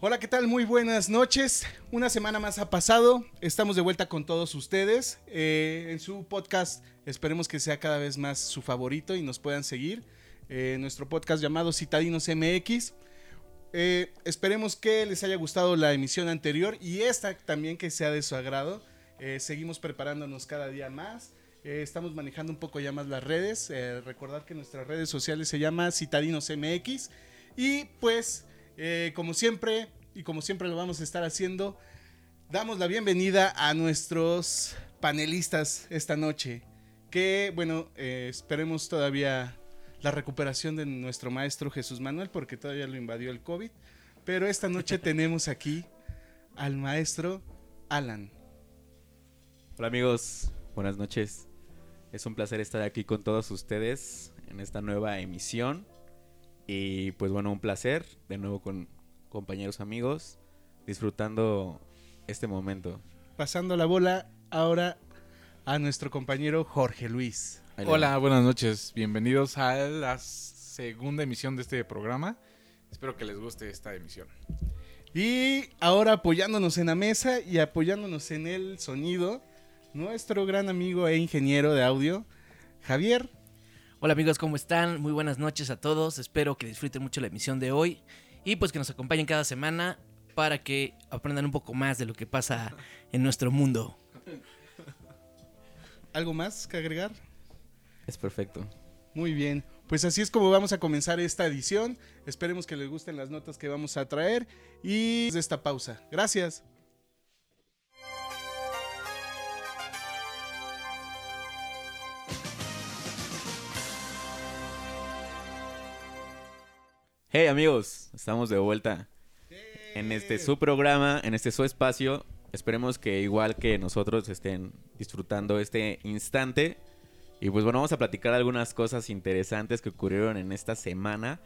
Hola, ¿qué tal? Muy buenas noches. Una semana más ha pasado. Estamos de vuelta con todos ustedes eh, en su podcast. Esperemos que sea cada vez más su favorito y nos puedan seguir. Eh, nuestro podcast llamado Citadinos MX. Eh, esperemos que les haya gustado la emisión anterior y esta también que sea de su agrado. Eh, seguimos preparándonos cada día más. Eh, estamos manejando un poco ya más las redes. Eh, recordad que nuestras redes sociales se llama Citadinos MX. Y pues, eh, como siempre, y como siempre lo vamos a estar haciendo, damos la bienvenida a nuestros panelistas esta noche. Que bueno, eh, esperemos todavía la recuperación de nuestro maestro Jesús Manuel, porque todavía lo invadió el COVID. Pero esta noche tenemos aquí al maestro Alan. Hola amigos, buenas noches. Es un placer estar aquí con todos ustedes en esta nueva emisión. Y pues bueno, un placer de nuevo con compañeros amigos, disfrutando este momento. Pasando la bola ahora a nuestro compañero Jorge Luis. Ahí le va. Hola, buenas noches. Bienvenidos a la segunda emisión de este programa. Espero que les guste esta emisión. Y ahora apoyándonos en la mesa y apoyándonos en el sonido, nuestro gran amigo e ingeniero de audio, Javier. Hola amigos, ¿cómo están? Muy buenas noches a todos. Espero que disfruten mucho la emisión de hoy y pues que nos acompañen cada semana para que aprendan un poco más de lo que pasa en nuestro mundo. ¿Algo más que agregar? Es perfecto. Muy bien. Pues así es como vamos a comenzar esta edición. Esperemos que les gusten las notas que vamos a traer y de esta pausa. Gracias. Hey amigos, estamos de vuelta en este su programa, en este su espacio. Esperemos que igual que nosotros estén disfrutando este instante. Y pues bueno, vamos a platicar algunas cosas interesantes que ocurrieron en esta semana,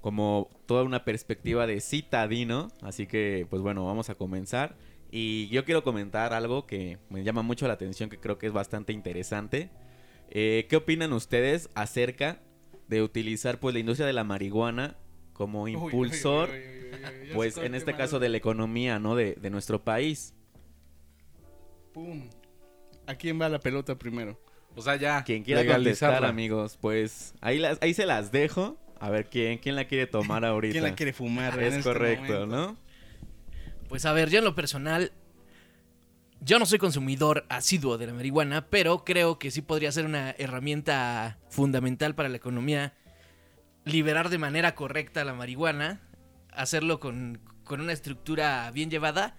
como toda una perspectiva de citadino. Así que pues bueno, vamos a comenzar. Y yo quiero comentar algo que me llama mucho la atención, que creo que es bastante interesante. Eh, ¿Qué opinan ustedes acerca de utilizar pues la industria de la marihuana como impulsor? Uy, uy, uy, uy, uy, uy, ya pues se cortó en el este tema. caso de la economía, ¿no? De, de nuestro país. Pum. ¿A quién va la pelota primero? O sea, ya. Quien quiera legalizarla. contestar, amigos, pues ahí, las, ahí se las dejo. A ver, ¿quién, quién la quiere tomar ahorita? ¿Quién la quiere fumar? en Es este correcto, momento? ¿no? Pues a ver, yo en lo personal, yo no soy consumidor asiduo de la marihuana, pero creo que sí podría ser una herramienta fundamental para la economía liberar de manera correcta la marihuana, hacerlo con, con una estructura bien llevada,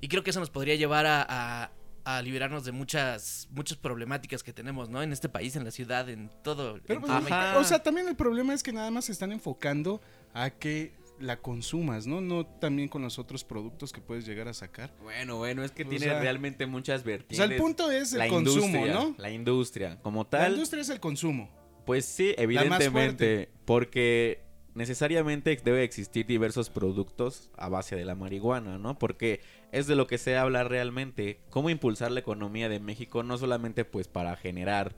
y creo que eso nos podría llevar a, a- a liberarnos de muchas, muchas problemáticas que tenemos, ¿no? En este país, en la ciudad, en todo. Pero en pues, todo Ajá. México. o sea, también el problema es que nada más se están enfocando a que la consumas, ¿no? No también con los otros productos que puedes llegar a sacar. Bueno, bueno, es que O tiene sea- realmente muchas O vertientes. sea, el punto es el la consumo, industria, ¿no? La industria, como La tal, industria es el consumo. pues sí, evidentemente, porque necesariamente debe existir diversos productos a base de la marihuana, ¿no? Porque es de lo que se habla realmente, cómo impulsar la economía de México, no solamente pues para generar,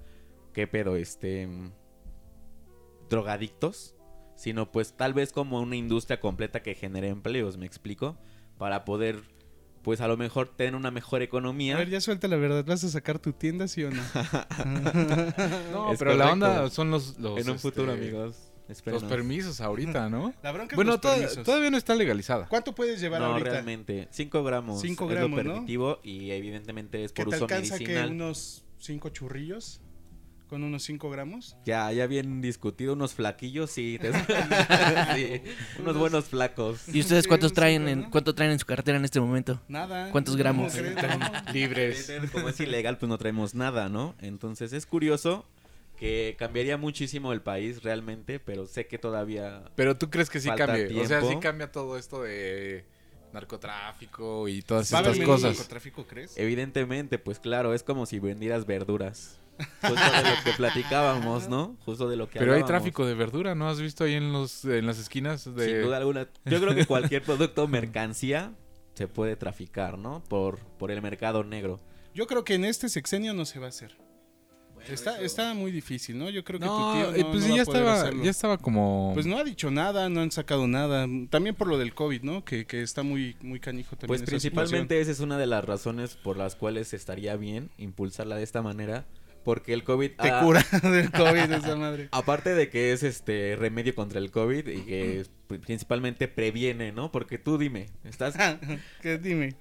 qué pedo, este, mm, drogadictos, sino pues tal vez como una industria completa que genere empleos, ¿me explico? Para poder, pues a lo mejor tener una mejor A economía. ver, ya suelta la verdad. ¿Vas a sacar tu tienda, sí o no? No, Es pero la correcto. onda son los. los, en un este, futuro, amigos. Los espérenos. permisos ahorita, ¿no? La bronca Bueno, es los toda- permisos. todavía no está legalizada. ¿Cuánto puedes llevar No, ahorita? realmente. 5 gramos. Cinco es gramos, lo ¿no? permitivo y evidentemente es Que por te uso alcanza medicinal. que unos 5 churrillos con unos 5 gramos. Ya, ya bien discutido, unos flaquillos, sí. te- sí, Unos buenos flacos. ¿Y ustedes Sí, cuántos un traen cinco, en, ¿no? cuánto traen en su cartera en este momento? Nada. ¿Cuántos gramos? ¿Cómo crees? No. Libres. Como es ilegal, pues no traemos nada, ¿no? Entonces es curioso que cambiaría muchísimo el país realmente, pero sé que todavía... Pero tú crees que sí Falta cambie. O sea, sí tiempo. cambia todo esto de narcotráfico y todas ¿Va a estas haber cosas. narcotráfico, crees? Evidentemente, pues claro, es como si vendieras verduras. Justo de lo que platicábamos, ¿no? Justo de lo que Pero hay hablábamos. tráfico de verdura, ¿no? ¿Has visto ahí en los en las esquinas de Sin duda alguna. Yo creo que cualquier producto o mercancía se puede traficar, ¿no? Por, por el mercado negro. Yo creo que en este sexenio no se va a hacer. Está, está muy difícil, ¿no? Yo creo que No, tu tío no, eh, pues no va ya, a poder estaba, hacerlo. ya estaba como... Pues no ha dicho nada, no han sacado nada. También por lo del COVID, ¿no? Que, que está muy, muy canijo también. Pues esa principalmente esa es una de las razones por las cuales estaría bien impulsarla de esta manera, porque el COVID situación. Te ha- cura del COVID esa madre. Aparte de que es este remedio contra el COVID y que pri- principalmente previene, ¿no? Porque tú dime, estás Ah. ¿Qué dime?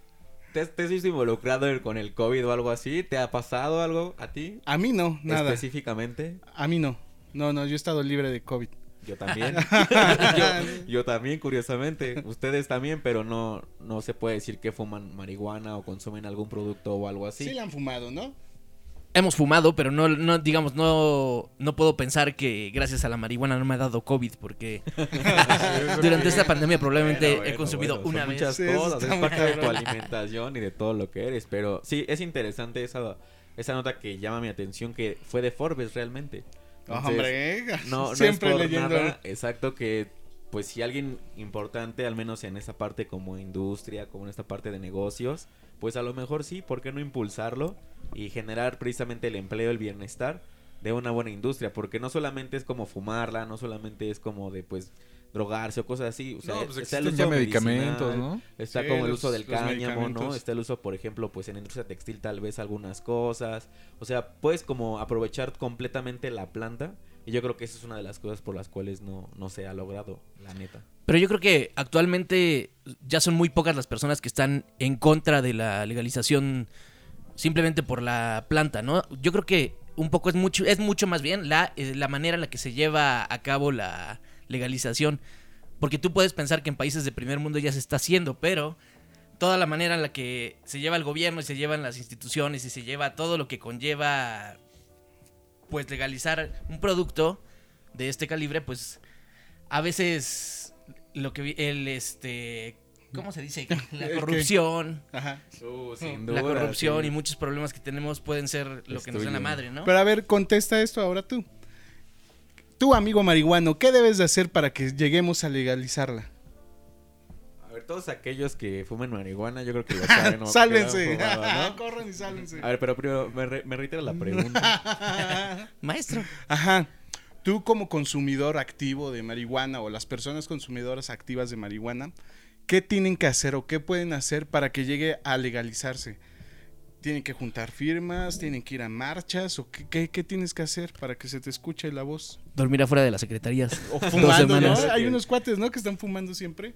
te, te has visto involucrado en- con el COVID o algo así, ¿te ha pasado algo a ti A mí no, nada. específicamente? A mí no. No, no, yo he estado libre de COVID. Yo también. yo, yo también, curiosamente. Ustedes también, pero no, no se puede decir que fuman marihuana o consumen algún producto o algo así. Sí, la han fumado, ¿no? Hemos fumado, pero no, no digamos, no, no puedo pensar que gracias a la marihuana no me ha dado COVID, porque durante esta pandemia probablemente Bueno, bueno, he consumido bueno, son una vez. muchas Sí, eso cosas, está es muy parte de tu cabrón. alimentación y de todo lo que eres, pero sí, es interesante esa, esa nota que llama mi atención que fue de Forbes realmente. Ah, Entonces, hombre, no, no siempre es por leyendo. nada, exacto que pues si alguien importante al menos en esa parte como industria, como en esta parte de negocios, pues a lo mejor sí, ¿por qué no impulsarlo y generar precisamente el empleo, el bienestar de una buena industria? Porque no solamente es como fumarla, no solamente es como de pues drogarse o cosas así, o sea, no, pues está el existen ya uso medicamentos, medicinal, ¿no? Está Sí, como el los- uso del los cáñamo, ¿no? medicamentos. Está el uso, por ejemplo, pues en la industria textil tal vez algunas cosas. O sea, puedes como aprovechar completamente la planta. Y yo creo que esa es una de las cosas por las cuales no, no se ha logrado, la neta. Pero yo creo que actualmente ya son muy pocas las personas que están en contra de la legalización simplemente por la planta, ¿no? Yo creo que un poco es mucho, es mucho más bien la, eh, la manera en la que se lleva a cabo la legalización. Porque tú puedes pensar que en países de primer mundo ya se está haciendo, pero toda la manera en la que se lleva el gobierno y se llevan las instituciones y se lleva todo lo que conlleva pues legalizar un producto de este calibre, pues a veces lo que vi- el este ¿cómo se dice? La ¿El qué? corrupción, Ajá. Uh, la corrupción y muchos problemas que tenemos pueden ser lo que nos da la Destruyen. madre, ¿no? Pero a ver, contesta esto ahora tú. Tú, amigo marihuano, ¿qué debes de hacer para que lleguemos a legalizarla? A ver, todos aquellos que fumen marihuana, yo creo que lo saben. ¿no? sálvense. Que lo han fumado, ¿no? Corran y sálvense. A ver, pero primero, me, re- me reitera la pregunta. Maestro. Ajá. Tú como consumidor activo de marihuana o las personas consumidoras activas de marihuana, ¿qué tienen que hacer o qué pueden hacer para que llegue a legalizarse? ¿Tienen que juntar firmas? ¿Tienen que ir a marchas? ¿O qué, qué- qué tienes que hacer para que se te escuche la voz? Dormir afuera de las secretarías. O Dos fumando, ¿no? semanas. Hay unos cuates, ¿no? Que están fumando siempre.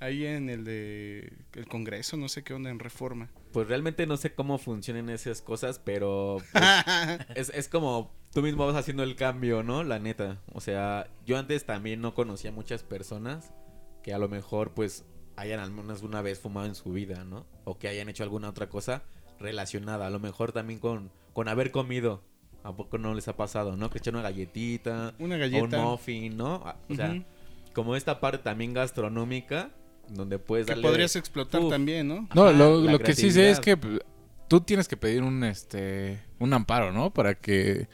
Ahí en el de el Congreso, no sé qué onda, en Reforma. Pues realmente no sé cómo funcionan esas cosas, pero pues, es, es como tú mismo vas haciendo el cambio, ¿no? La neta. O sea, yo antes también no conocía muchas personas que a lo mejor pues hayan al menos una vez fumado en su vida, ¿no? O que hayan hecho alguna otra cosa relacionada, a lo mejor también con, con haber comido. ¿A poco no les ha pasado, no? Que echar una galletita, Una o un galleta. muffin, ¿no? A- O sea, Ujú. como esta parte también gastronómica, donde puedes que darle... podrías explotar Pues Uf. también, ¿no? No, Ajá, lo, la lo que sí sé creatividad. es que pues, tú tienes que pedir un este un amparo, ¿no? Para que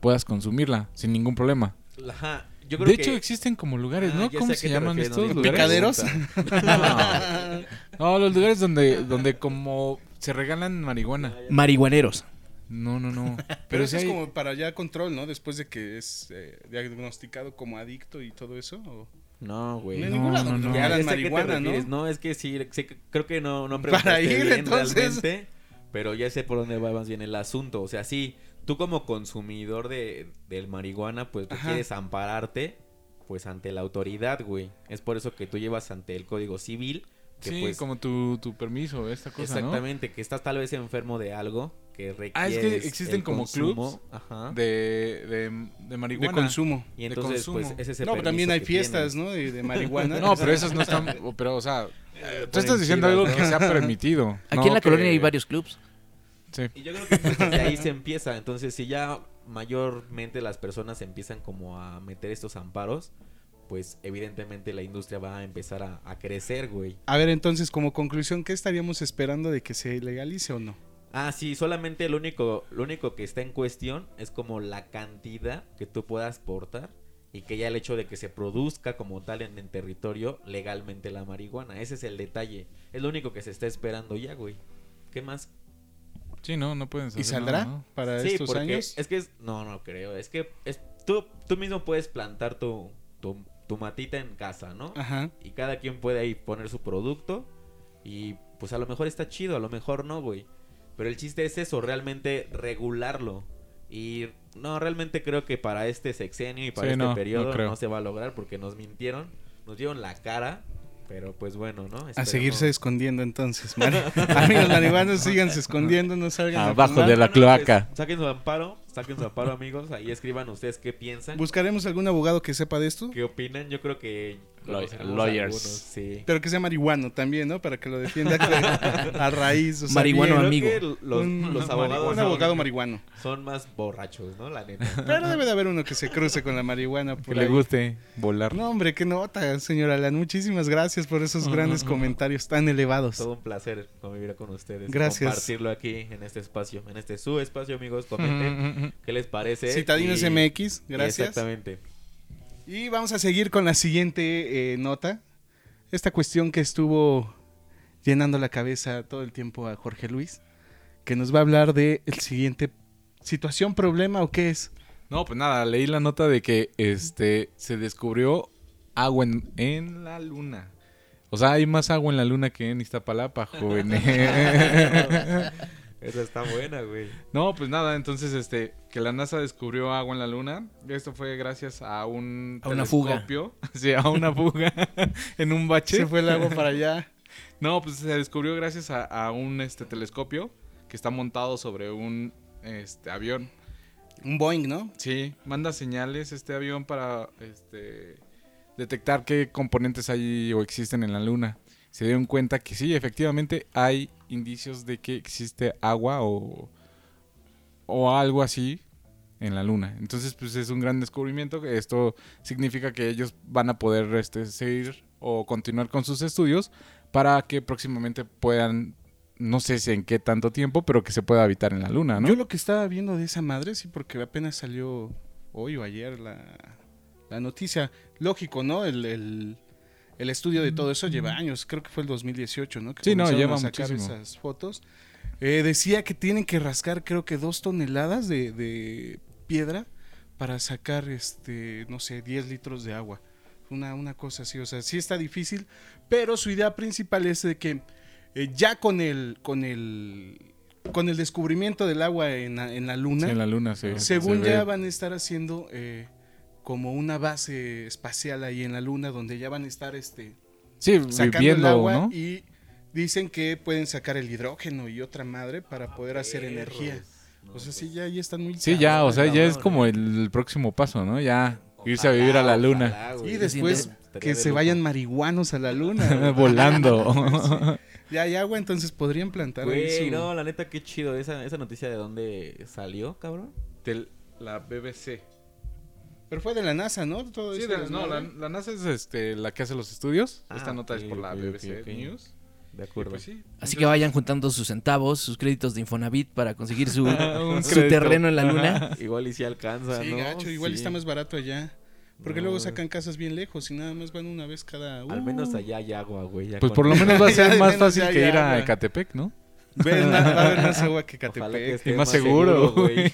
puedas consumirla sin ningún problema. Ajá, yo creo De que- hecho, existen como lugares, Ah, ¿no? ya ¿Cómo sé a se qué te llaman refieres, estos no lugares? digas ¿Picaderos? pregunta. No. No, los lugares donde, donde como se regalan marihuana. Marihuaneros. No, no, no. Pero Pero eso es sí hay- como para ya control, ¿no? Después de que es eh, diagnosticado como adicto y todo eso. ¿o? Pues No, güey. en No, ningún lado no, donde no. te Ya hagan sé a qué te marihuana, ¿no? refieres, es que sí, sé que- creo que no, no Para preguntaste ir, bien entonces. realmente, pero ya sé por dónde va más bien el asunto. O sea, sí, tú como consumidor de, del marihuana, pues tú Ajá. quieres ampararte, pues ante la autoridad, güey. Es por eso que tú llevas ante el Código Civil, que sí, pues... como tu, tu permiso, esta cosa, ¿no? exactamente, que estás tal vez enfermo de algo que requiere Ah, es que existen como clubs Ajá. De, de, de De marihuana. consumo. y entonces, pues, consumo. es ese no, pero también permiso hay que tienen. fiestas, ¿no? Eh, De, de marihuana. No, pero esas no están. o- Pero, o sea, tú estás Por diciendo encima, algo ¿no? que se ha permitido. Aquí no en la que- colonia hay varios clubs. Sí. Y yo creo que pues, desde ahí se empieza. Entonces, si ya mayormente las personas empiezan como a meter estos amparos, pues evidentemente la industria va a empezar a, a crecer, güey. A ver, entonces, como conclusión, ¿qué estaríamos esperando de que se legalice o no? Ah, sí, solamente lo único, lo único que está en cuestión es como la cantidad que tú puedas portar y que ya el hecho de que se produzca como tal en el territorio legalmente la marihuana. Ese es el detalle. Es lo único que se está esperando ya, güey. ¿Qué más? Sí, no, no pueden ¿Y saber. saldrá no, no. para Sí, estos porque años? es que es, no, no creo. Es que es, tú, tú mismo puedes plantar tu, tu, tu matita en casa, ¿no? Ajá. Y cada quien puede ahí poner su producto. Y pues a lo mejor está chido, a lo mejor no, güey. Pero el chiste es eso, realmente regularlo. Y no, realmente creo que para este sexenio y para Sí, este no, no periodo no, creo. se va a lograr porque nos mintieron, nos dieron la cara. Pero pues bueno, ¿no? A Esperemos. seguirse escondiendo entonces, man. Amigos marihuanos, síganse escondiendo, no salgan a Abajo fumar. de la pues, cloaca. saquen su amparo, saquen su amparo, amigos. Ahí escriban ustedes qué piensan. Buscaremos algún abogado que sepa de esto, ¿Qué opinan? Yo creo que. Law- conoceremos lawyers. algunos, sí. pero que sea marihuano también, ¿no? Para que lo defienda que- a raíz. O sea, Marihuano bien. Creo amigo. que los, Un- los abogados Un son- abogado marihuano. son más borrachos, ¿no? La neta. Pero debe de haber uno que se cruce con la marihuana. Que Por le ahí. guste volar. No, hombre, qué nota, señor Alan. Muchísimas gracias por esos grandes comentarios tan elevados. Todo un placer convivir con ustedes. Gracias. Compartirlo aquí en este espacio, en este su espacio, amigos. Comenten Mm, mm, qué les parece. Citadinos y- MX, y gracias. Exactamente. Y vamos a seguir con la siguiente eh, nota. Esta cuestión que estuvo llenando la cabeza todo el tiempo a Jorge Luis, que nos va a hablar de el siguiente situación, problema o qué es. mm. No, pues nada, leí la nota de que este se descubrió agua en, en la luna. O sea, hay más agua en la luna que en Iztapalapa, jóvenes. Esa está buena, güey. No, pues nada, entonces este que la NASA descubrió agua en la luna. Esto fue gracias a un A una fuga. telescopio. Sí, a una fuga en un bache. Se fue el agua para allá. No, pues se descubrió gracias a, a un este telescopio que está montado sobre un este avión. Un Boeing, ¿no? Sí, manda señales este avión para este detectar qué componentes hay o existen en la luna. Se dieron cuenta que sí, efectivamente hay indicios de que existe agua o, o algo así en la luna. Entonces, pues es un gran descubrimiento. que Esto significa que ellos van a poder este, seguir o continuar con sus estudios para que próximamente puedan, no sé si en qué tanto tiempo, pero que se pueda habitar en la luna, ¿no? Yo lo que estaba viendo de esa madre, sí, porque apenas salió hoy o ayer la, la noticia. Lógico, ¿no? El, el- el estudio de todo eso lleva años. Creo que fue el 2018, ¿no? Que Mm. Sí, no, comenzaron lleva a sacar muchísimo. esas fotos. Eh, decía que tienen que rascar, creo que dos toneladas de, de piedra para sacar, este, no sé, 10 litros de agua. Una, una cosa así, o sea, sí está difícil, pero su idea principal es de que eh, ya con el, con el, con el descubrimiento del agua en la, en la luna, Sí, en la luna, sí. según Se ve. ya van a estar haciendo eh, como una base espacial ahí en la luna, donde ya van a estar este, Sí, sacando viviendo, el agua ¿no? y dicen que pueden sacar el hidrógeno y otra madre para poder hacer Perros. energía. No, O sea, pues, sí, ya, ya están muy... Sí, ya, o sea, ya es cabrón, como el próximo paso, ¿no? Ya irse a vivir a la ojalá, luna, ojalá, güey. Y después Estaría que de se lujo. vayan marihuanos a la luna. güey. volando. ya hay agua, entonces podrían plantar ahí Güey, su- no, la neta, qué chido. Esa, esa noticia de dónde salió, cabrón. Del- la BBC. Pero fue de la NASA, ¿no? Todo Sí, este de- no, la, desmadre. la NASA es este, la que hace los estudios. Ah, Esta nota ok, es por la ok, BBC ok, ok. News. De Y acuerdo. pues sí. Así que vayan juntando sus centavos, sus créditos de Infonavit para conseguir su, Un su crédito. terreno en la luna. pues Igual y si alcanza, Sí, ¿no? gacho, igual Sí. está más barato allá. Porque No, luego güey. sacan casas bien lejos y nada más van una vez cada Uh. uno. Al menos allá hay agua, güey. ya Pues con- por lo menos va a Ya, ser al más menos ya fácil hay que ir a agua. Ecatepec, ¿no? va a haber más agua que Ojalá Catepec. que esté Y más seguro, güey.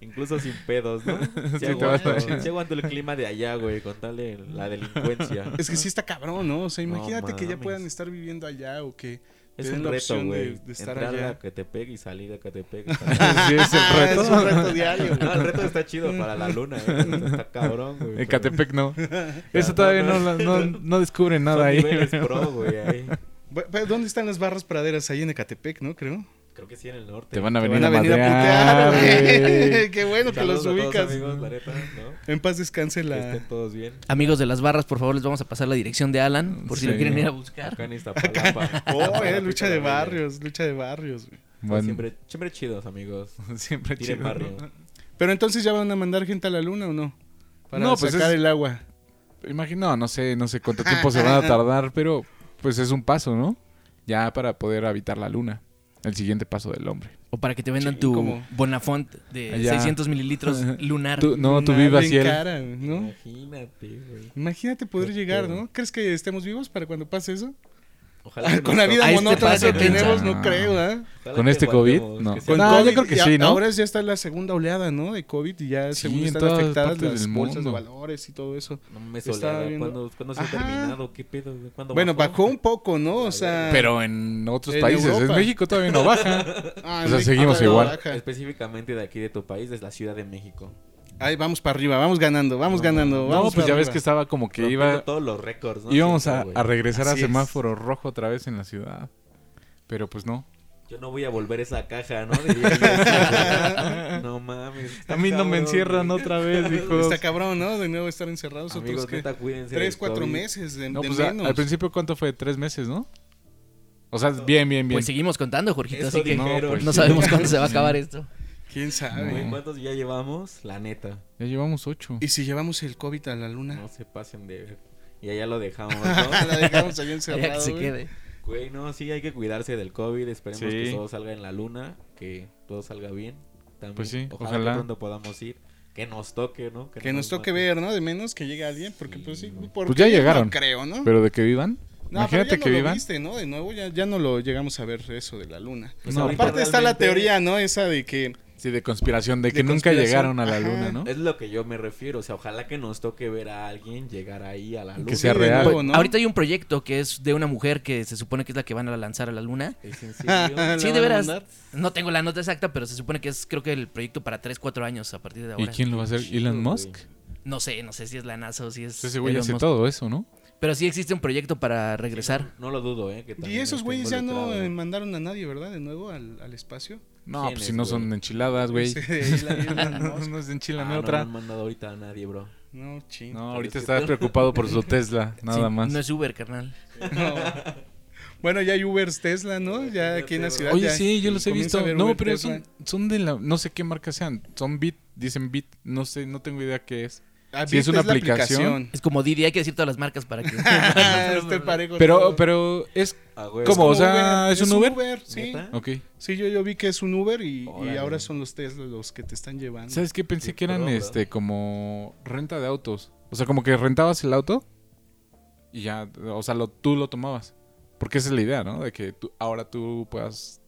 Incluso sin pedos, ¿no? Si te vas aguanto, para allá. sí aguanto el clima de allá, güey, con tal de la delincuencia. Es que sí está cabrón, ¿no? O sea, No imagínate que ya mames. puedan estar viviendo allá o que te Es den un la reto, opción güey. de, de estar Entrar allá. Ah, a Catepec y salir a Catepec. Sí, es el reto. es un reto diario. No, el reto está chido para la luna, eh. Está cabrón, güey. Ecatepec no. no, Eso todavía no. no, la- no, no descubren Son nada ahí. niveles pro, güey, ahí. Bu- pero ¿Dónde están las barras praderas? Ahí en Ecatepec, ¿no? Creo. Creo que sí en el norte. Te van a Te venir van a, a venir a madrear, putear, güey. güey. Qué bueno que Saludos los a todos, ubicas. amigos, la Este, neta, ¿no? En paz descanse Que la... estén todos bien. Amigos de las barras, por favor, les vamos a pasar la dirección de Alan, por si lo Sí. quieren ir a buscar. Acá en Iztapalapa. Oh, eh, lucha Iztapalapa, de Iztapalapa. barrios, lucha de barrios. güey. Pues Bueno, Siempre, siempre chidos, amigos. siempre Tiren chido, barrio. ¿no? Pero entonces ya van a mandar gente a la luna o no? Para No, pues sacar es- el agua. Imagino, no sé, no sé cuánto tiempo se van a tardar, pero pues es un paso, ¿no? Ya para poder habitar la luna. El siguiente paso del hombre. O para que te vendan Sí, tu como- Bonafont de Allá. 600 mililitros lunar. Pues Tú- no, tú Una vivas bien y él. cara, güey, ¿no? Imagínate, güey. Imagínate poder Qué llegar, pedo. ¿no? ¿Crees que estemos vivos para cuando pase eso? Ojalá que Con nos la vida A toque. este monótona paso, que tenemos, piensa. no creo, ¿verdad? Ojalá ¿Con que este COVID? vayamos, No. que sea- Con No, COVID, yo creo que ya- sí, ¿no? Ahora ya está la segunda oleada, ¿no? De COVID y ya Sí, según en están todas afectadas partes las del bolsas mundo. de valores y todo eso. No me Estaba soledad, viendo- ¿Cuándo, cuándo se ha Ajá. terminado? ¿Qué pedo? güey? ¿Cuándo Bueno, bajó un poco, ¿no? O sea... Pero en otros En países. En Europa. México todavía no baja. Ah, o sea, México seguimos todavía igual. baja. Específicamente de aquí de tu país, de la Ciudad de México. Ahí vamos para arriba, vamos ganando, vamos ganando. No, vamos pues ya para ves arriba. que estaba como que Rompiendo iba... todos los récords, ¿no? íbamos Siempre, a, güey. a regresar Así a es. semáforo rojo otra vez en la ciudad. Pero pues no. Yo no voy a volver esa caja, ¿no? Diría yo. no mames. está A mí no me cabrón, encierran güey. otra vez, hijos. Está cabrón, ¿no? De nuevo estar encerrados Amigos, otros que... neta, cuídense. Tres, del cuatro COVID. meses de, No, de pues a- menos. al principio, ¿cuánto fue? ¿Tres meses, no? O sea, bien, bien, bien. Pues seguimos contando, Jorgito, Eso así que dijeron. No, pues, no sabemos cuándo se va a acabar esto. ¿Quién sabe? Güey, ¿Cuántos ya llevamos? La neta. ya llevamos ocho. ¿Y si llevamos el COVID a la luna? No se pasen de... Y allá lo dejamos, la ¿no? dejamos ahí Ya encerrada. que se güey. quede. Güey, no, sí, hay que cuidarse del COVID. Esperemos que Sí. todo salga en la luna, que todo salga bien. También. Pues sí, ojalá. ojalá. Que pronto podamos ir. Que nos toque, ¿no? Que no nos toque mate. ver, ¿no? De menos que llegue alguien, porque pues sí. por Pues ya COVID no llegaron. creo, ¿no? Pero de que vivan. No, pero Imagínate ya no que lo vivan. Viste, ¿no? De nuevo ya, ya no lo llegamos a ver eso de la luna. Pues No, ahorita Aparte está la realmente teoría, ¿no? Esa de que Sí, de conspiración, de De que nunca conspiración, llegaron a la ajá. luna, ¿no? Es lo que yo me refiero. O sea, ojalá que nos toque ver a alguien llegar ahí a la luna. Que sea Sí, de real. nuevo, ¿no? Ahorita hay un proyecto que es de una mujer que se supone que es la que van a lanzar a la luna. ¿Es en serio? ¿La Sí, van de a veras. mandar? No tengo la nota exacta, pero se supone que es creo que el proyecto para 3, 4 años a partir de ¿Y ahora. quién lo va a hacer? ¿Elon Chido, Musk? güey. No sé, no sé si es la NASA o si es... Ese güey Elon hace Musk. todo eso, ¿no? Pero sí existe un proyecto para regresar. No lo dudo, ¿eh? que Y también esos esté güeyes ya no involucrado. eh, mandaron a nadie, ¿verdad? De nuevo al, al espacio. No, ¿Quién pues es, si no son güey? enchiladas, güey. Ese de Elon- Elon No, Musk. no es enchilada, Ah, no no, hay No otra. han mandado ahorita a nadie, bro. No, ching. No, Pero ahorita es que- estás preocupado por su Tesla, nada Sí, más. No es Uber, carnal. No. Bueno, ya hay Ubers Tesla, ¿no? Ya aquí en la ciudad. Oye, ya sí, yo los he comienza a visto. haber No, Uber pero Tesla. son, son de la. No sé qué marca sean. Son Bit, dicen Bit. No sé, no tengo idea qué es. Ah, Sí, es Bit una la aplicación. Es como Didi, hay que decir todas las marcas para que... Ah, Estoy parejo. Pero, todo. pero es. Ah, güey. ¿Cómo? o sea, ¿es un Uber? sí. ¿Neta? Ok. Sí, yo, yo vi que es un Uber y, y Órale. ahora son los Tesla los que te están llevando. ¿Sabes qué? Pensé Sí, que eran pero, ¿verdad? este como renta de autos. O sea, como que rentabas el auto y ya, o sea, lo, tú lo tomabas. Porque esa es la idea, ¿no? De que tú, ahora tú puedas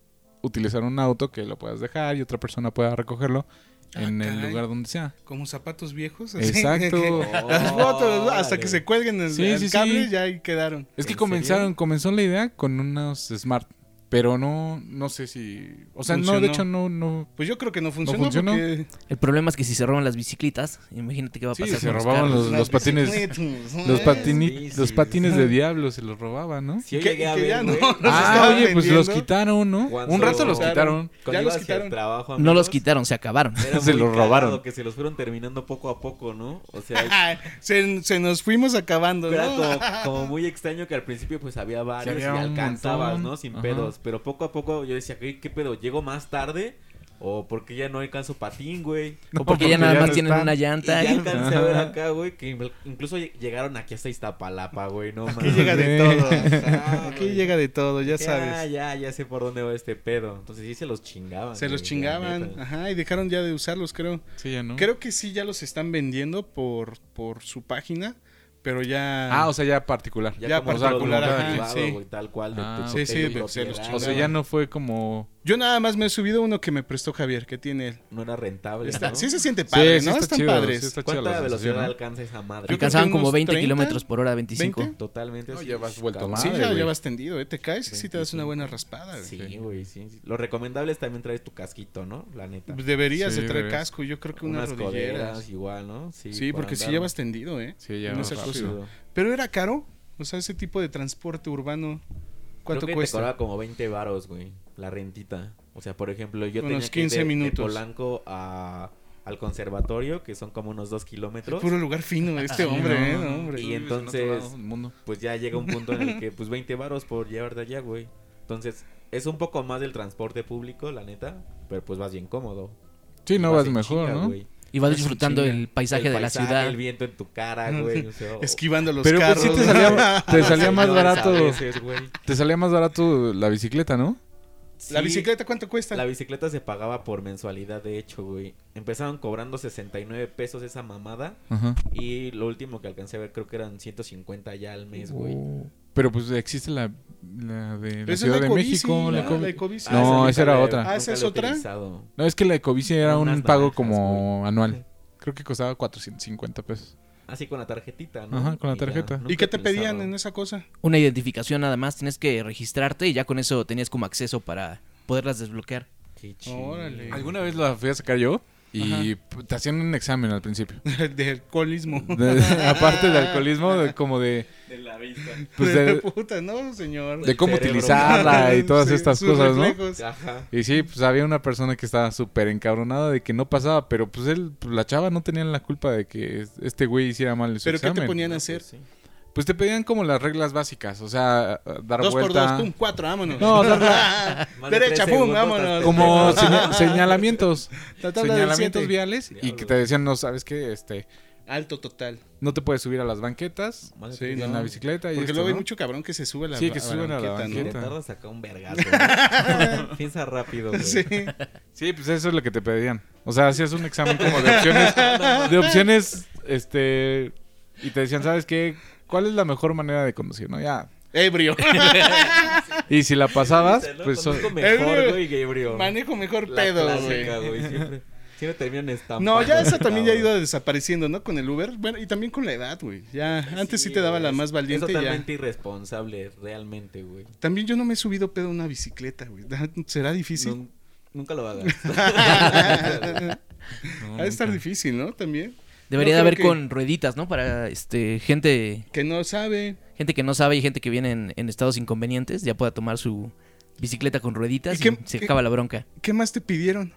utilizar un auto que lo puedas dejar y otra persona pueda recogerlo Ah, en el caray. lugar donde sea. Como zapatos viejos. así, Exacto. que Las Oh, fotos, hasta que se cuelguen el, Sí, el sí, sí. cable, ya ahí quedaron. Es que ¿En comenzaron, serio? comenzó la idea con unos smart, pero no, no sé si, o sea, no, de Funcionó. hecho no, no. Pues yo creo que no funcionó. funcionó? porque- El problema es que si se roban las bicicletas, imagínate qué va a Sí, pasar. se con los robaban carros. Los- los patines- bicicletas, Los, ¿eh? patini- sí, los sí, patines sí. de diablo se los robaban, ¿no? Si yo Que- llegué a que ya ver, no, güey, no Los ah, estaban oye, pues los vendiendo. quitaron, ¿no? Cuando- Un rato los Quitaron. quitaron. cuando Ya iba los hacia el quitaron. trabajo, No los amigos, quitaron, se acabaron. era Se muy los cagado robaron. Que se los fueron terminando poco a poco, ¿no? O sea, Ah, se, se nos fuimos acabando, era ¿no? como, como muy extraño que al principio pues había varios había y un alcanzabas, montón. ¿no? Sin Ajá. pedos. Pero poco a poco yo decía, "Güey, ¿qué pedo? ¿Llego más tarde? ¿O porque ya no alcanzo patín, güey? O porque ya nada más no tienen están. una Y ya llanta. alcancé a ver Ajá. acá, güey, que inc- incluso lleg- llegaron aquí hasta Iztapalapa, güey, no Aquí mames. llega de Sí. todo. Ajá, Aquí güey. llega de todo, ya Dije, Ah, sabes. ya, ya sé por dónde va este pedo. Entonces sí se los chingaban. Se güey, los la chingaban, neta. ajá, y dejaron ya de usarlos, creo. Sí, ya no. Creo que sí ya los están vendiendo por, por su página, pero ya... Ah, o sea, ya particular. Ya como particular, todo lo ajá, privado, sí. güey, tal cual. de Ah, tu ok. hotel Sí, sí, y de- propiedad, se los güey. O sea, ya no fue como. Yo nada más me he subido uno que me prestó Javier, que tiene él. No era rentable, Está- ¿no? Sí se siente padre, sí ¿no? está Están chido, padres. sí está chida ¿Cuánta la velocidad sensación, ¿no? alcanza esa madre? creo que Alcanzaban como unos 20 30. kilómetros por hora, 25. ¿20? Totalmente. No, así, ya vas vuelto cabrón. madre, Sí, ya, güey. ya vas tendido, ¿eh? Te caes y sí te das una buena raspada, güey. Sí, güey, sí. sí. Lo recomendable es también traer tu casquito, ¿no? La neta. Deberías Sí, de traer deberías. casco, yo Pues creo que unas, rodilleras. coderas igual, ¿no? Sí, Sí, para porque si andar llevas tendido, ¿eh? Sí, ya No vas sé, rápido. rápido. Pero era caro, o sea, ese tipo de transporte urbano, ¿cuánto Creo que Te cuesta? cobraba como 20 varos, güey, la rentita. O sea, por ejemplo, yo Unos tenía que ir 15 de, de minutos. Polanco a- al conservatorio, que son como unos 2 kilómetros. Puro lugar fino este Sí, no, hombre, ¿eh? no, No, no. hombre. Y Vives en otro entonces- lado del mundo. Pues ya llega un punto en el que, pues 20 varos por llevar de allá, güey. Entonces, es un poco más del transporte público, la neta, pero pues vas bien cómodo. Sí, no Vas vas en mejor, chinga, ¿no? güey. Y vas Pues, disfrutando sí, el paisaje El de la paisaje, ciudad. El viento en tu cara, güey. o sea, o- Esquivando los Pero pues carros. sí te ¿no? salía, te salía más señores a barato. veces, güey. Te salía más barato la bicicleta, ¿no? ¿La Sí. bicicleta cuánto cuesta? La bicicleta se pagaba por mensualidad, de hecho, güey. Empezaron cobrando 69 pesos esa mamada. Ajá. Y lo último que alcancé a ver creo que eran 150 ya al mes, güey. Pero Oh, pues existe la La de la Esa Ciudad es la de ecobici, México. la ¿no? Ah, Ecobici. La ecobici. No, nunca esa era la he- otra. nunca Ah, esa es la he otra. utilizado. No, es que la ecobici era Unas un pago naranjas, como anual. Creo que costaba 450 pesos. Así con la tarjetita, ¿no? Ajá, con la Y ya, tarjeta. nunca ¿Y qué te he pedían utilizado. en esa cosa? Una identificación nada más, tienes que registrarte y ya con eso tenías como acceso para poderlas desbloquear. Qué chido. Órale. Alguna vez la fui a sacar yo y p- te hacían un examen al principio. de alcoholismo. De- aparte del alcoholismo, de- como de, De la vista. pues de, de, puta, no, señor. de cómo cerebro. utilizarla y todas Sí, estas sus cosas, ¿no? reflejos. Ajá. Y sí, pues había una persona que estaba súper encabronada de que no pasaba, pero pues él, pues, la chava no tenía la culpa de que es- este güey hiciera mal su ¿Pero qué te examen. ponían a hacer? Pues sí. Pues te pedían como las reglas básicas, o sea, dar Dos por vuelta. dos, pum, cuatro, vámonos. No, dar Más de Derecha, tres pum, segundos, vámonos. estás Como seña- señalamientos, La tabla del señalamientos siete. viales y que te decían, no, sabes qué, este, Alto total. no te puedes subir a las banquetas, Madre Sí, ni mía. en no. la bicicleta y Porque esto, luego hay ¿no? mucho cabrón que se sube a la Sí, que se suben a la Si le banqueta. tardas acá un vergazo. ¿no? Piensa rápido, güey. Sí. Sí, pues eso es lo que te pedían. O sea, hacías un examen como de opciones, de opciones, este, y te decían, ¿sabes qué? ¿Cuál es la mejor manera de conducir? No, ya. Ebrio. Y si la pasabas, Dice, ¿no? pues so- Conduzco mejor, Ebrio. güey, Gabriel. Manejo mejor La pedo, güey. clásica, güey. Siempre, siempre terminan estampados. No, ya esa también ya ha ido desapareciendo, ¿no? Con el Uber. Bueno, y también con la edad, güey. Ya, antes sí, te daba güey, la es- más valiente Es y ya. totalmente irresponsable, realmente, güey. También yo no me he subido pedo a una bicicleta, güey. Será difícil. Nun- nunca lo hagas. No, Ha de estar nunca. difícil, ¿no? También. Debería de creo haber que- con rueditas, ¿no? Para este gente Que no sabe. gente que no sabe y gente que viene en, en estados inconvenientes ya pueda tomar su bicicleta con rueditas ¿Y y, qué- se qué- acaba la bronca. ¿Qué más te pidieron?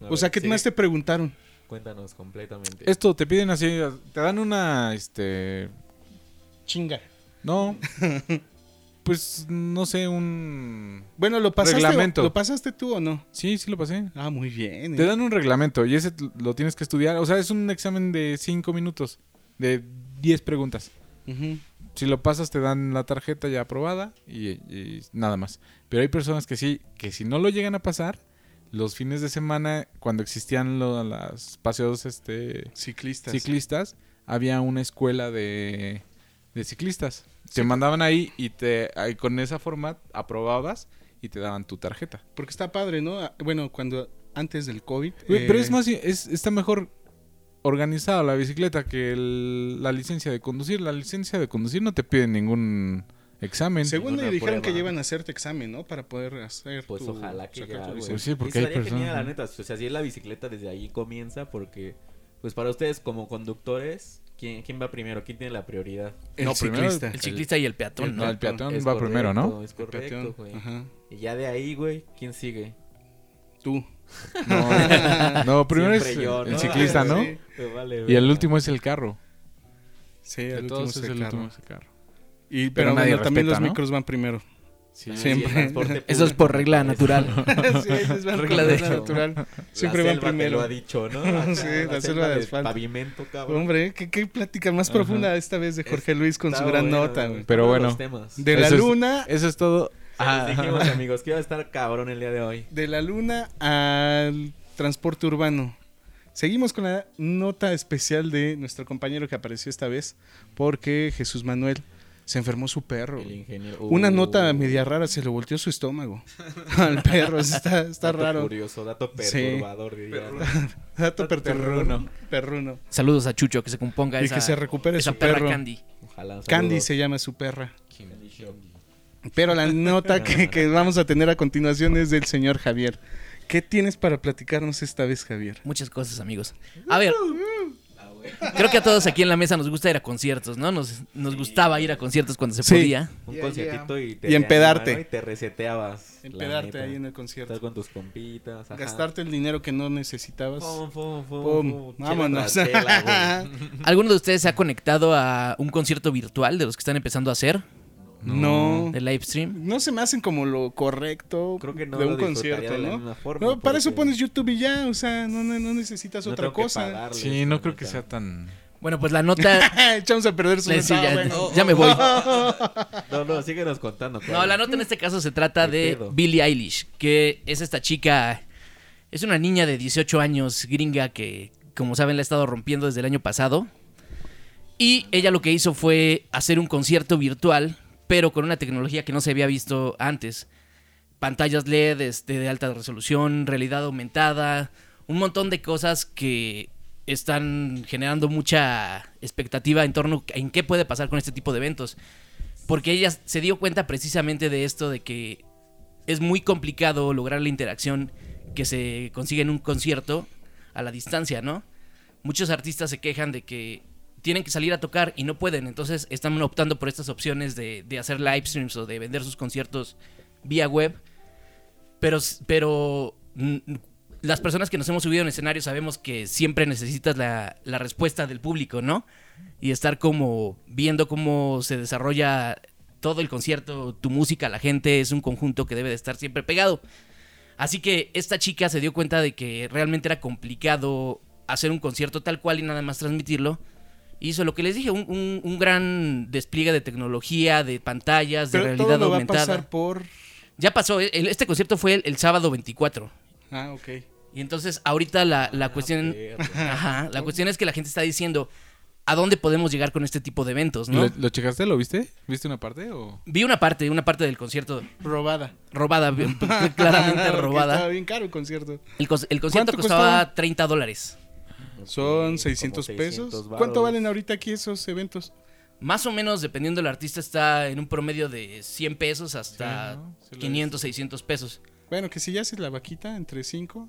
o sea, ¿qué más te preguntaron? Cuéntanos completamente. Esto te piden así, te dan una, este, Chinga. no, pues no sé, un, Bueno, ¿lo pasaste, Reglamento. ¿lo pasaste tú o no? sí, sí lo pasé. Ah, muy bien. Te ¿eh? dan un reglamento y ese t- lo tienes que estudiar. O sea, es un examen de 5 minutos, de 10 preguntas. Ujú. Si lo pasas te dan la tarjeta ya aprobada y, y nada más. Pero hay personas que sí, que si no lo llegan a pasar, los fines de semana, cuando existían lo- los paseos este, Ciclistas. ciclistas, había una escuela de, de ciclistas. Te mandaban ahí y te ahí con esa forma aprobabas y te daban tu tarjeta. Porque está padre, ¿no? Ah, Bueno, cuando antes del COVID. Güey, Pero eh, es más, es, está mejor organizada la bicicleta que el- la licencia de conducir. La licencia de conducir no te piden ningún examen. Según me Ninguna dijeron que prueba. llevan a hacerte examen, ¿no? Para poder hacer. Pues tu- ojalá que sacar ya, tu güey. licencia. Pues sí, Y porque hay estaría personas- genial, la neta. O sea, si es la bicicleta, desde ahí comienza porque... Pues para ustedes como conductores, ¿quién, quién va primero? ¿Quién tiene la prioridad? El No, primero ciclista. El ciclista y el peatón, No, ¿no? el peatón Es va primero, ¿no? correcto, Es correcto, güey. Ajá. Y ya de ahí, güey, ¿quién sigue? Tú. No, no, primero Siempre es el, yo, el ¿no? ciclista, ¿no? Sí. Me vale, Y el verga. último es el carro. Sí, De el último todos es es el el carro. último es el carro. Y, pero Pero nadie bueno, también los respeta, ¿no? micros van primero. Ah, sí, Siempre. el transporte Eso es público, por regla parece. natural. sí, es la Regla de- natural. Siempre la van selva te primero. lo ha dicho, ¿no? Sí, la selva de del asfalto. Pavimento, cabrón. Hombre, qué, qué plática más profunda esta vez de Jorge Luis con Está su gran bueno, nota, güey. Pero Todos bueno. los temas. De la Eso es- luna, Eso es todo. Se los Ah, dijimos, amigos, que iba a estar cabrón el día de hoy. de la luna al transporte urbano. Seguimos con la nota especial de nuestro compañero que apareció esta vez porque Jesús Manuel se enfermó su perro. El güey. ingeniero. Una Uh, nota media rara, se le volteó su estómago al perro, eso está, está dato raro. Curioso, dato Sí. perturbador. diría, ¿no? Dato perturruno. perruno. Perruno. Saludos a Chucho, que se componga Y esa, que se recupere esa su perra perro. Candy. Ojalá. Candy saludos. se llama su perra. Candy Shop. Pero la nota que, que vamos a tener a continuación es del señor Javier. ¿Qué tienes para platicarnos esta vez, Javier? Muchas cosas, amigos. A ver. Creo que a todos aquí en la mesa nos gusta ir a conciertos, ¿no? Nos, nos gustaba ir a conciertos cuando se Sí. podía. Un Yeah, conciertito y te Y empedarte. reanimaban, ¿no? Y te reseteabas. Empedarte ahí en el el concierto. Estás con tus compitas. ajá. Gastarte el dinero que no necesitabas. Pum, pum, pum, Pum, pum, chela vámonos. tras chela, güey. ¿Alguno de ustedes se ha conectado a un concierto virtual de los que están empezando a hacer? no. De live stream. No se me hacen como lo correcto Creo que no de un lo disfrutaría concierto, de la ¿no? misma forma, no, para eso porque pones YouTube y ya, o sea, no, no- no necesitas no otra tengo que cosa. pagarles, sí, no la creo que neta. sea tan. Bueno, pues la nota. Ah, Echamos a perder su Sí, nota, ya, bueno. ya me voy. No, no, síguenos contando. No, Claudio. la nota en este caso se trata Qué de pedo. Billie Eilish, que es esta chica, es una niña de 18 años gringa que, como saben, la ha estado rompiendo desde el año pasado. Y ella lo que hizo fue hacer un concierto virtual pero con una tecnología que no se había visto antes. Pantallas LED este, de alta resolución, realidad aumentada, un montón de cosas que están generando mucha expectativa en torno a en qué puede pasar con este tipo de eventos. Porque ella se dio cuenta precisamente de esto, de que es muy complicado lograr la interacción que se consigue en un concierto a la distancia, ¿no? Muchos artistas se quejan de que tienen que salir a tocar y no pueden, entonces están optando por estas opciones de, de hacer live streams o de vender sus conciertos vía web. Pero, pero mm, las personas que nos hemos subido en escenario sabemos que siempre necesitas la, la respuesta del público, ¿no? Y estar como viendo cómo se desarrolla todo el concierto, tu música, la gente, es un conjunto que debe de estar siempre pegado. Así que esta chica se dio cuenta de que realmente era complicado hacer un concierto tal cual y nada más transmitirlo. Hizo lo que les dije, un, un- un gran despliegue de tecnología, de pantallas, de Pero realidad todo lo va a aumentada. pasar por... Ya pasó, eh, el- este concierto fue el- el sábado 24. Ah, ok. Y entonces ahorita la, la Ah, cuestión... Ajá, la cuestión es que la gente está diciendo, ¿a dónde podemos llegar con este tipo de eventos? ¿no? ¿Lo, lo checaste? ¿Lo viste? ¿Viste una parte o...? Vi una parte, una parte del concierto Robada. robada, bien, claramente Porque Estaba robada. bien caro el concierto. El, cos- el concierto ¿Cuánto costaba costaba? 30 dólares. Son Ok, 600 como pesos. 600 ¿Cuánto varos. valen ahorita aquí esos eventos? Más o menos, dependiendo del artista, está en un promedio de 100 pesos hasta Sí, ¿no? Sí lo he 500, 600 pesos. Bueno, que si ya haces la vaquita entre 5,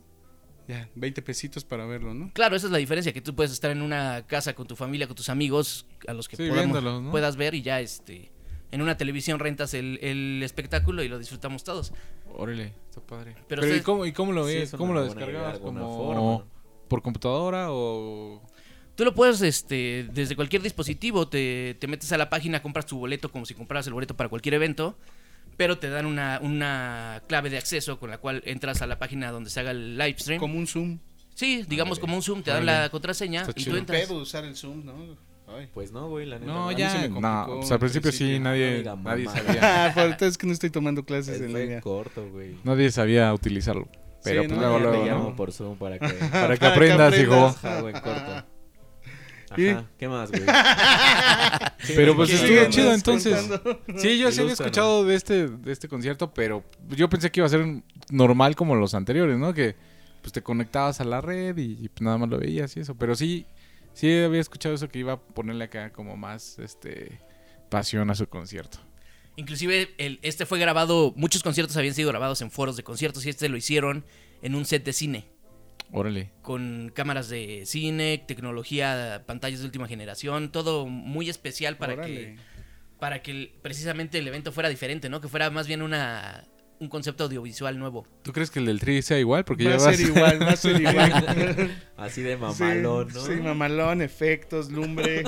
ya, 20 pesitos para verlo, ¿no? Claro, esa es la diferencia, que tú puedes estar en una casa con tu familia, con tus amigos, a los que Sí, podamos- viéndolos, ¿no? puedas ver y ya este... En una televisión rentas el, el espectáculo y lo disfrutamos todos. Órale, está padre. Pero Pero, ustedes- ¿y, cómo, ¿y cómo lo Sí, ves? es una ¿Cómo lo buena idea, descargabas? alguna ¿Como forma. por computadora o...? Tú lo puedes este, desde cualquier dispositivo, te, te metes a la página, compras tu boleto como si compraras el boleto para cualquier evento, pero te dan una, una clave de acceso con la cual entras a la página donde se haga el live stream. Como un Zoom. Sí, digamos como un Zoom, te dan la contraseña Está y tú chido. entras. Pedo usar el Zoom, ¿no? Ay. Pues no, güey, la neta. No, mí ya... se me no, complicó pues al al principio sí, principio. nadie, Amiga, nadie mamá. sabía. Ah, por todo es que no estoy tomando clases en Fue línea. corto, güey. nadie sabía utilizarlo. Pero Sí, pues no, luego, ya luego, te ¿no? llamo por Zoom para que... Para que Para que aprendas, hijo. aprendas. Ajá, güey, en corto. ¿Y? Ajá, ¿qué más, güey? Pero pues ¿Qué estuvo andas chido entonces. contando? Sí, yo sí había Ilústranos. escuchado de este, de este concierto, pero yo pensé que iba a ser normal como los anteriores, ¿no? Que pues te conectabas a la red y, y, pues, nada más lo veías y eso. Pero sí, sí había escuchado eso que iba a ponerle acá como más este pasión a su concierto. Inclusive el- este fue grabado, muchos conciertos habían sido grabados en foros de conciertos y este lo hicieron en un set de cine, Órale. con cámaras de cine, tecnología, pantallas de última generación, todo muy especial para que... Órale. para que el- precisamente el evento fuera diferente, ¿no? Que fuera más bien una un concepto audiovisual nuevo. ¿Tú crees que el del Tri sea igual? Porque Va ya a vas- ser igual, va a ser igual. Así de mamalón, sí, ¿no? Sí, mamalón, efectos, lumbre,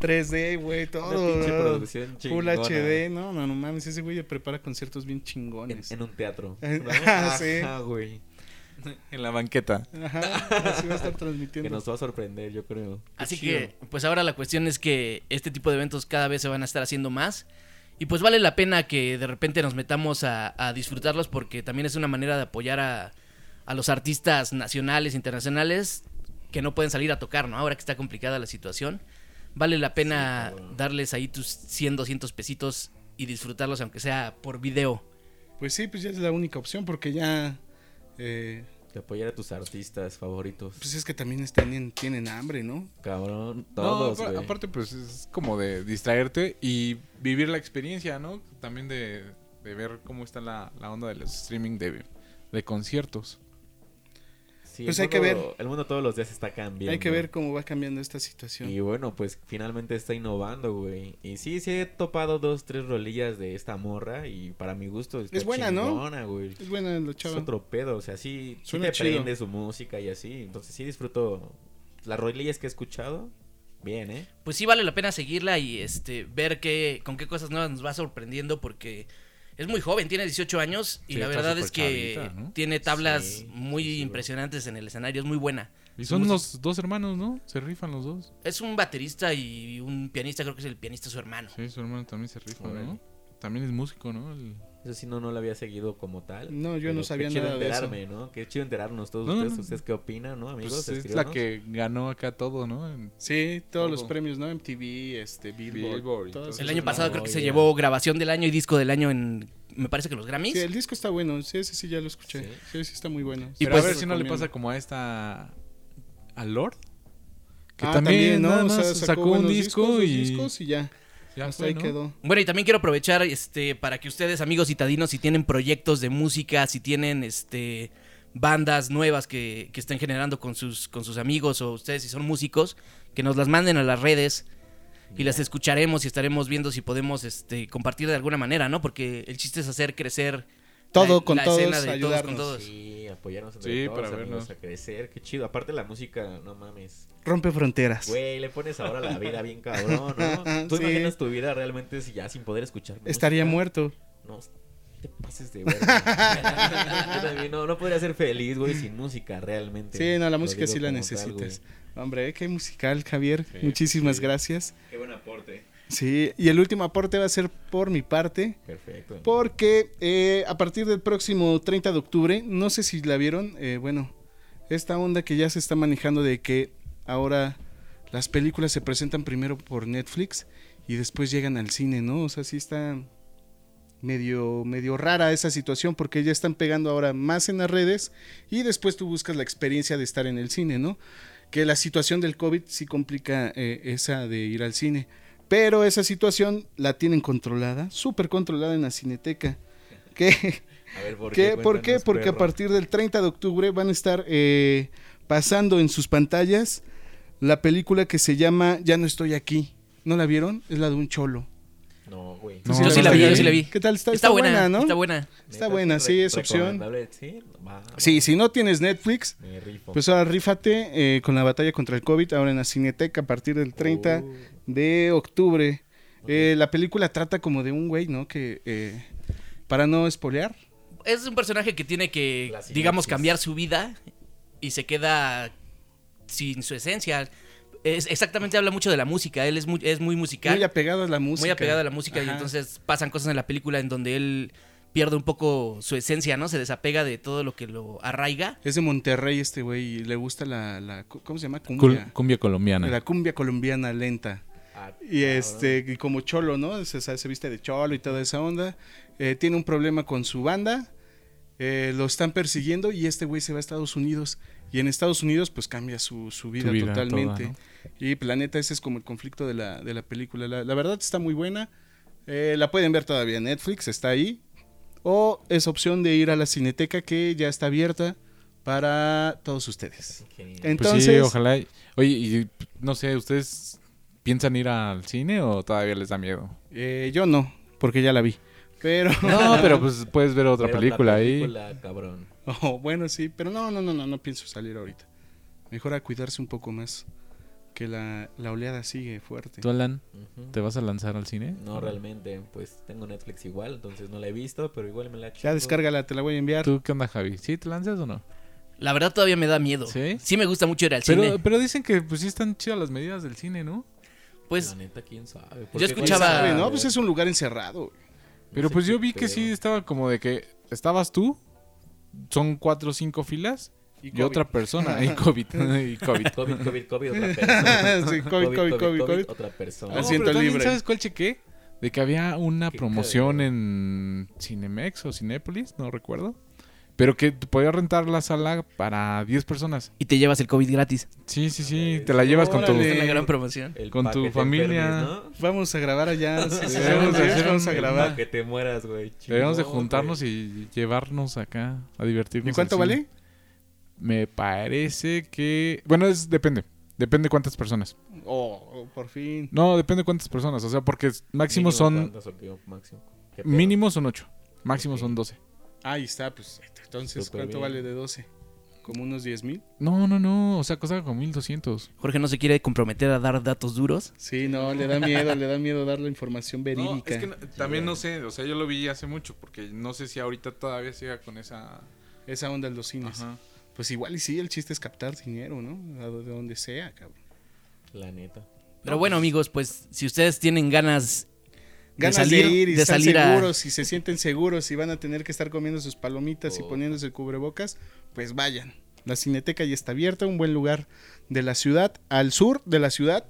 3D, güey, todo. Una pinche ¿no? producción Full chingona. HD, no, no, no mames, ese güey prepara conciertos bien En, chingones. en un teatro. En- ¿no? Ah, sí. Ajá, güey. en la banqueta. Ajá, así va a estar transmitiendo. Que nos va a sorprender, yo creo. Así chido. que, pues ahora la cuestión es que este tipo de eventos cada vez se van a estar haciendo más. Y pues vale la pena que de repente nos metamos a, a disfrutarlos porque también es una manera de apoyar a, a los artistas nacionales, internacionales, que no pueden salir a tocar, ¿no? Ahora que está complicada la situación, vale la pena darles ahí tus 100, 200 pesitos y disfrutarlos aunque sea por video. Pues sí, pues ya es la única opción porque ya... eh, De apoyar a tus artistas favoritos. pues es que también están en- tienen hambre, ¿no? Cabrón, No, todos, apar- güey. aparte pues es como de distraerte y vivir la experiencia, ¿no? También de, de ver cómo está la, la onda del streaming de, de conciertos. Sí, pues el hay que ver. mundo- El mundo todos los días está cambiando. Hay que ver cómo va cambiando esta situación. Y bueno, pues finalmente está innovando, güey. Y sí, sí he topado dos, tres rolillas de esta morra y para mi gusto está Es buena, ¿no? chingona, güey. Es buena lo Es chava. otro pedo, o sea, sí, sí Suena te chido. prende su música y así. Entonces sí disfruto las rolillas que he escuchado. Bien, ¿eh? pues sí vale la pena seguirla y este ver qué con qué cosas nuevas nos va sorprendiendo porque es muy joven, tiene 18 años y Sí, la está verdad es súper que chavita, ¿no? tiene tablas Sí, muy sí, sí, bro. impresionantes en el escenario, es muy buena. Y Su son música- los dos hermanos, ¿no? Se rifan los dos. Es un baterista y un pianista, creo que es el pianista su hermano. Sí, su hermano también se rifa, Órale. ¿no? también es músico, ¿no? El- Eso sí, no, no lo había seguido como tal. No, yo no Pero sabía qué chido nada de eso. enterarme, ¿no? Qué chido enterarnos todos No, no, ustedes. no. ¿Ustedes qué opinan, no, amigos? Pues es la Escríbanos. que ganó acá todo, ¿no? En- Sí, todos los Todo. premios, ¿no? MTV, este, Billboard. Billboard y todas todo. esas El año pasado mamadas. creo que se Oye. llevó grabación del año y disco del año en, me parece que en los Grammys. Sí, el disco está bueno, sí, ese sí ya lo escuché. Sí. Sí, sí, está muy bueno. Y Pero pues- a ver si no le pasa Recomiendo. como a esta. a Lord. Que Ah, también, nada O sea, más sacó, un buenos disco discos, dos y. discos y ya, ya hasta fue, ahí ¿no? quedó. Bueno, y también quiero aprovechar este para que ustedes, amigos citadinos, si tienen proyectos de música, si tienen este bandas nuevas que, que estén generando con sus, con sus amigos o ustedes si son músicos, que nos las manden a las redes y las escucharemos y estaremos viendo si podemos este, compartir de alguna manera, ¿no? Porque el chiste es hacer crecer Todo con todos, escena ayudarnos. Sí, apoyarnos entre Sí, todos, para amigos, vernos. a crecer. Qué chido. Aparte la música, no mames. Rompe fronteras. Güey, le pones ahora la vida bien cabrón, ¿no? Tú Sí. imaginas tu vida realmente si ya sin poder escuchar música? Estaría muerto. No, te pases de verga. Yo también no, no podría ser feliz, güey, sin música realmente. Sí, no, la Lo música digo sí la como tal, güey. necesitas. Hombre, ¿eh? qué musical, Javier. Sí, Muchísimas sí. gracias. Qué buen aporte. Sí, y el último aporte va a ser por mi parte. Perfecto. Porque eh, a partir del próximo 30 de octubre, no sé si la vieron, eh, bueno, esta onda que ya se está manejando de que ahora las películas se presentan primero por Netflix y después llegan al cine, ¿no? O sea, sí está medio, medio rara esa situación porque ya están pegando ahora más en las redes y después tú buscas la experiencia de estar en el cine, ¿no? Que la situación del COVID sí complica eh, esa de ir al cine. Pero esa situación la tienen controlada, súper controlada en la cineteca. Que A ver, ¿por ¿Qué? qué? ¿Por qué? Cuéntanos, Porque perro. a partir del 30 de octubre van a estar eh, pasando en sus pantallas la película que se llama Ya no estoy aquí. ¿No la vieron? Es la de un cholo. No, güey. No, ¿Tú yo sí la vi, yo sí la vi. ¿Qué tal? Está, está Está, buena, buena, ¿no? Está buena. Está buena, sí, es opción. recomendable, Sí, va, Sí, va. si no tienes Netflix, Me rifo. pues ahora rífate eh, con la batalla contra el COVID ahora en la Cineteca a partir del 30 Uh, de octubre. Ok. Eh, la película trata como de un güey, ¿no? Que, eh, para no espolear, Es un personaje que tiene que, La sinopsis. digamos, cambiar su vida y se queda sin su esencia. Es- exactamente habla mucho de la música. Él es muy, es muy musical, muy muy, apegado a la música. apegado a la música y Ajá. entonces pasan cosas en la película en donde él pierde un poco su esencia, ¿no? Se desapega de todo lo que lo arraiga. Es de Monterrey este güey y le gusta la, la- ¿cómo se llama? Cul- Cumbia. cumbia colombiana. La cumbia colombiana lenta. ah, Y cabrón. este, y como cholo, ¿no? Se, se- se viste de cholo y toda esa onda. Eh, tiene un problema con su banda. Eh, lo están persiguiendo y este güey se va a Estados Unidos. Y en Estados Unidos, pues cambia su, su vida, vida totalmente. toda, ¿no? Y planeta, ese es como el conflicto de la, de la película. La, la verdad está muy buena. Eh, la pueden ver todavía en Netflix, está ahí. O es opción de ir a la cineteca que ya está abierta para todos ustedes. Genial. Pues Entonces, sí, ojalá. y- Oye, y no sé, ¿ustedes piensan ir al cine o todavía les da miedo? eh, yo no, porque ya la vi. Pero. No, pero pues puedes ver otra Pero la película ahí. película, cabrón. Oh, bueno, sí, pero no, no, no, no, no pienso salir ahorita. Mejor a cuidarse un poco más, que la, la oleada sigue fuerte. ¿Tú, Alan, Ujú. te vas a lanzar al cine? No, realmente, pues tengo Netflix igual, entonces no la he visto, pero igual me la chingo. Ya descárgala, te la voy a enviar. ¿Tú qué onda, Javi? ¿Sí te lanzas o no? La verdad todavía me da miedo. ¿Sí? me gusta mucho ir al Pero, cine. pero dicen que pues sí están chidas las medidas del cine, ¿no? Pues La neta, quién sabe. Yo Porque escuchaba- quién Sabe, ¿no? Pues es un lugar encerrado. No Pero sé pues qué yo vi que pedo. sí estaba como de que estabas tú, son cuatro o cinco filas Y y, otra persona, y COVID, y COVID. COVID, COVID, COVID, otra persona. Sí, COVID, COVID, COVID, COVID. otra persona. Así- pero Asiento también, libre. ¿Sabes cuál chequé? De que había una Qué promoción cabrón. en Cinemex o Cinépolis, no recuerdo. Pero que te podías rentar la sala para 10 personas. y te llevas el COVID gratis. Sí, sí, sí. Órale. Te la llevas con tu. Órale. Es una gran promoción. El con pa' tu que te familia. enfermes, Vamos a grabar allá. sí, sí, Debemos vamos, de a- hacer vamos un- a ¿no? Pa' grabar. que te mueras, güey. Debemos de Chingón, juntarnos güey. y llevarnos acá a divertirnos. ¿Y cuánto al cine. vale? Me parece que. Bueno, es depende. Depende cuántas personas. Oh, oh, por fin. No, depende cuántas personas. O sea, porque máximo, son. cuántos, o qué, máximo? ¿Qué pedo? Mínimo son 8. Máximo Ok. son 12. Ahí está, pues. Entonces, Súper ¿cuánto bien. vale de 12? ¿Como unos 10 mil? No, no, no. O sea, costaba como 1200. Jorge no se quiere comprometer a dar datos duros. Sí, no, le da miedo, le da miedo dar la información verídica. No, es que no- también no sé, o sea, yo lo vi hace mucho, porque no sé si ahorita todavía siga con esa... Esa onda de los cines. Ajá. Pues igual y sí, el chiste es captar dinero, ¿no? A do- de donde sea, cabrón. La neta. Pero bueno, amigos, pues si ustedes tienen ganas ganas de, salir- ir y de están salir a- seguros y se sienten seguros y van a tener que estar comiendo sus palomitas Oh. y poniéndose cubrebocas, pues vayan. La Cineteca ya está abierta, un buen lugar de la ciudad, al sur de la ciudad.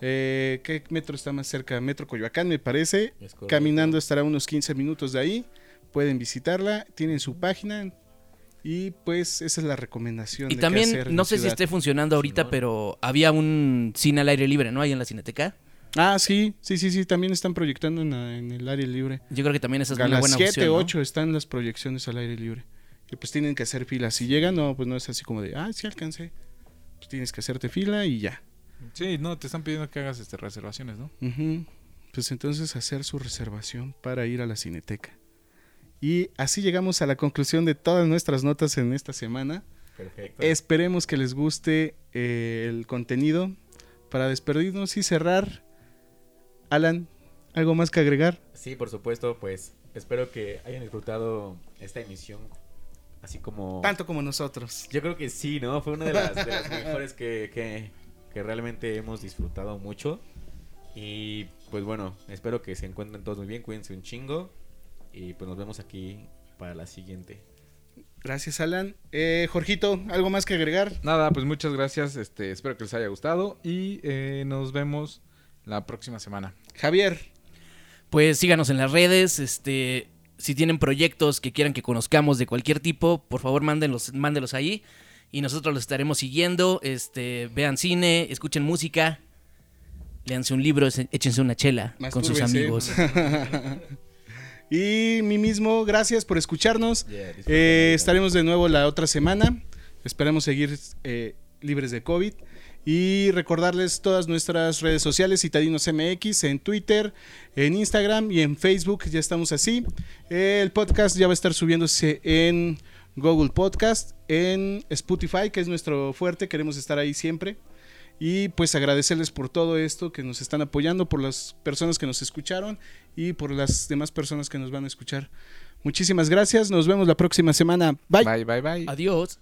Eh, ¿Qué metro está más cerca? Metro Coyoacán, me parece. Es correcto. Caminando estará unos 15 minutos de ahí. Pueden visitarla, tienen su página y pues esa es la recomendación. Y de qué hacer también, en no la sé si este ciudad. esté funcionando ahorita, pero había un cine al aire libre, ¿no? Ahí en la Cineteca. Ah, sí, sí, sí, sí, también están proyectando en, la- en el aire libre. Yo creo que también esa es a una las buena 7, opción. ¿no? 8 están las proyecciones al aire libre. Que pues tienen que hacer fila. Si llegan, no, pues no es así como de, ah, sí alcancé. Pues tienes que hacerte fila y ya. Sí, no, te están pidiendo que hagas este, reservaciones, ¿no? Ujú. Pues entonces hacer su reservación para ir a la cineteca. Y así llegamos a la conclusión de todas nuestras notas en esta semana. Perfecto. Esperemos que les guste eh, el contenido. Para despedirnos y cerrar, Alan, ¿algo más que agregar? Sí, por supuesto, pues espero que hayan disfrutado esta emisión. Así como... Tanto como nosotros. Yo creo que sí, ¿no? Fue una de las, de las mejores que, que- que realmente hemos disfrutado mucho. Y pues bueno, espero que se encuentren todos muy bien, cuídense un chingo. Y pues nos vemos aquí para la siguiente. Gracias, Alan. Eh, Jorgito, ¿algo más que agregar? Nada, pues muchas gracias. Este, espero que les haya gustado y eh, nos vemos la próxima semana. Javier, Pues síganos en las redes, este, si tienen proyectos que quieran que conozcamos de cualquier tipo, por favor mándenlos, mándenlos ahí y nosotros los estaremos siguiendo, este, vean cine, escuchen música, leanse un libro, se- échense una chela con sus mastúrbense. amigos. y mí mismo, gracias por escucharnos. Yeah, disfruten la Eh, vida. estaremos de nuevo la otra semana. Esperamos seguir eh, libres de COVID. Y recordarles todas nuestras redes sociales, Citadinos MX, en Twitter, en Instagram y en Facebook, ya estamos así. El podcast ya va a estar subiéndose en Google Podcast, en Spotify, que es nuestro fuerte, queremos estar ahí siempre. Y pues agradecerles por todo esto que nos están apoyando, por las personas que nos escucharon y por las demás personas que nos van a escuchar. Muchísimas gracias, nos vemos la próxima semana. Bye. Bye, bye, bye. Adiós.